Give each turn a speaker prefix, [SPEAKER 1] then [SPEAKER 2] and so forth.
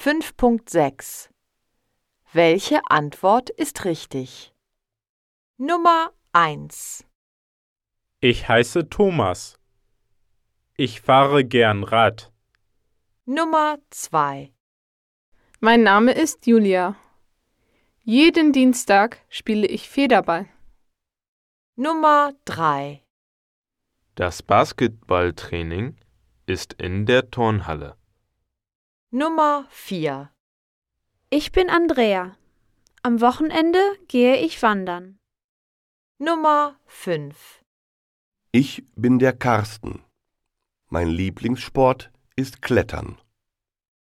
[SPEAKER 1] 5.6 Welche Antwort ist richtig? Nummer 1
[SPEAKER 2] Ich heiße Thomas. Ich fahre gern Rad.
[SPEAKER 1] Nummer 2
[SPEAKER 3] Mein Name ist Julia. Jeden Dienstag spiele ich Federball.
[SPEAKER 1] Nummer 3
[SPEAKER 4] Das Basketballtraining ist in der Turnhalle.
[SPEAKER 1] Nummer 4
[SPEAKER 5] Ich bin Andrea. Am Wochenende gehe ich wandern.
[SPEAKER 1] Nummer 5
[SPEAKER 6] Ich bin der Carsten. Mein Lieblingssport ist Klettern.